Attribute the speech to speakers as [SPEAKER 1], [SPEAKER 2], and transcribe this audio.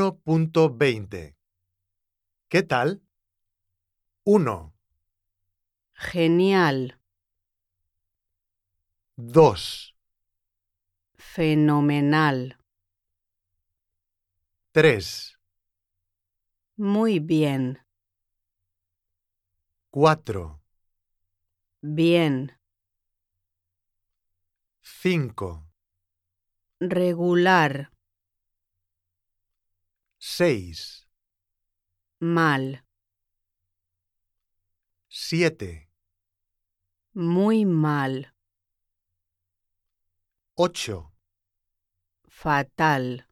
[SPEAKER 1] 1.20. ¿Qué tal? 1,
[SPEAKER 2] Genial,
[SPEAKER 1] 2,
[SPEAKER 2] fenomenal,
[SPEAKER 1] 3,
[SPEAKER 2] muy bien,
[SPEAKER 1] 4,
[SPEAKER 2] bien,
[SPEAKER 1] 5,
[SPEAKER 2] regular,
[SPEAKER 1] 6,
[SPEAKER 2] mal,
[SPEAKER 1] 7,
[SPEAKER 2] muy mal,
[SPEAKER 1] 8,
[SPEAKER 2] fatal,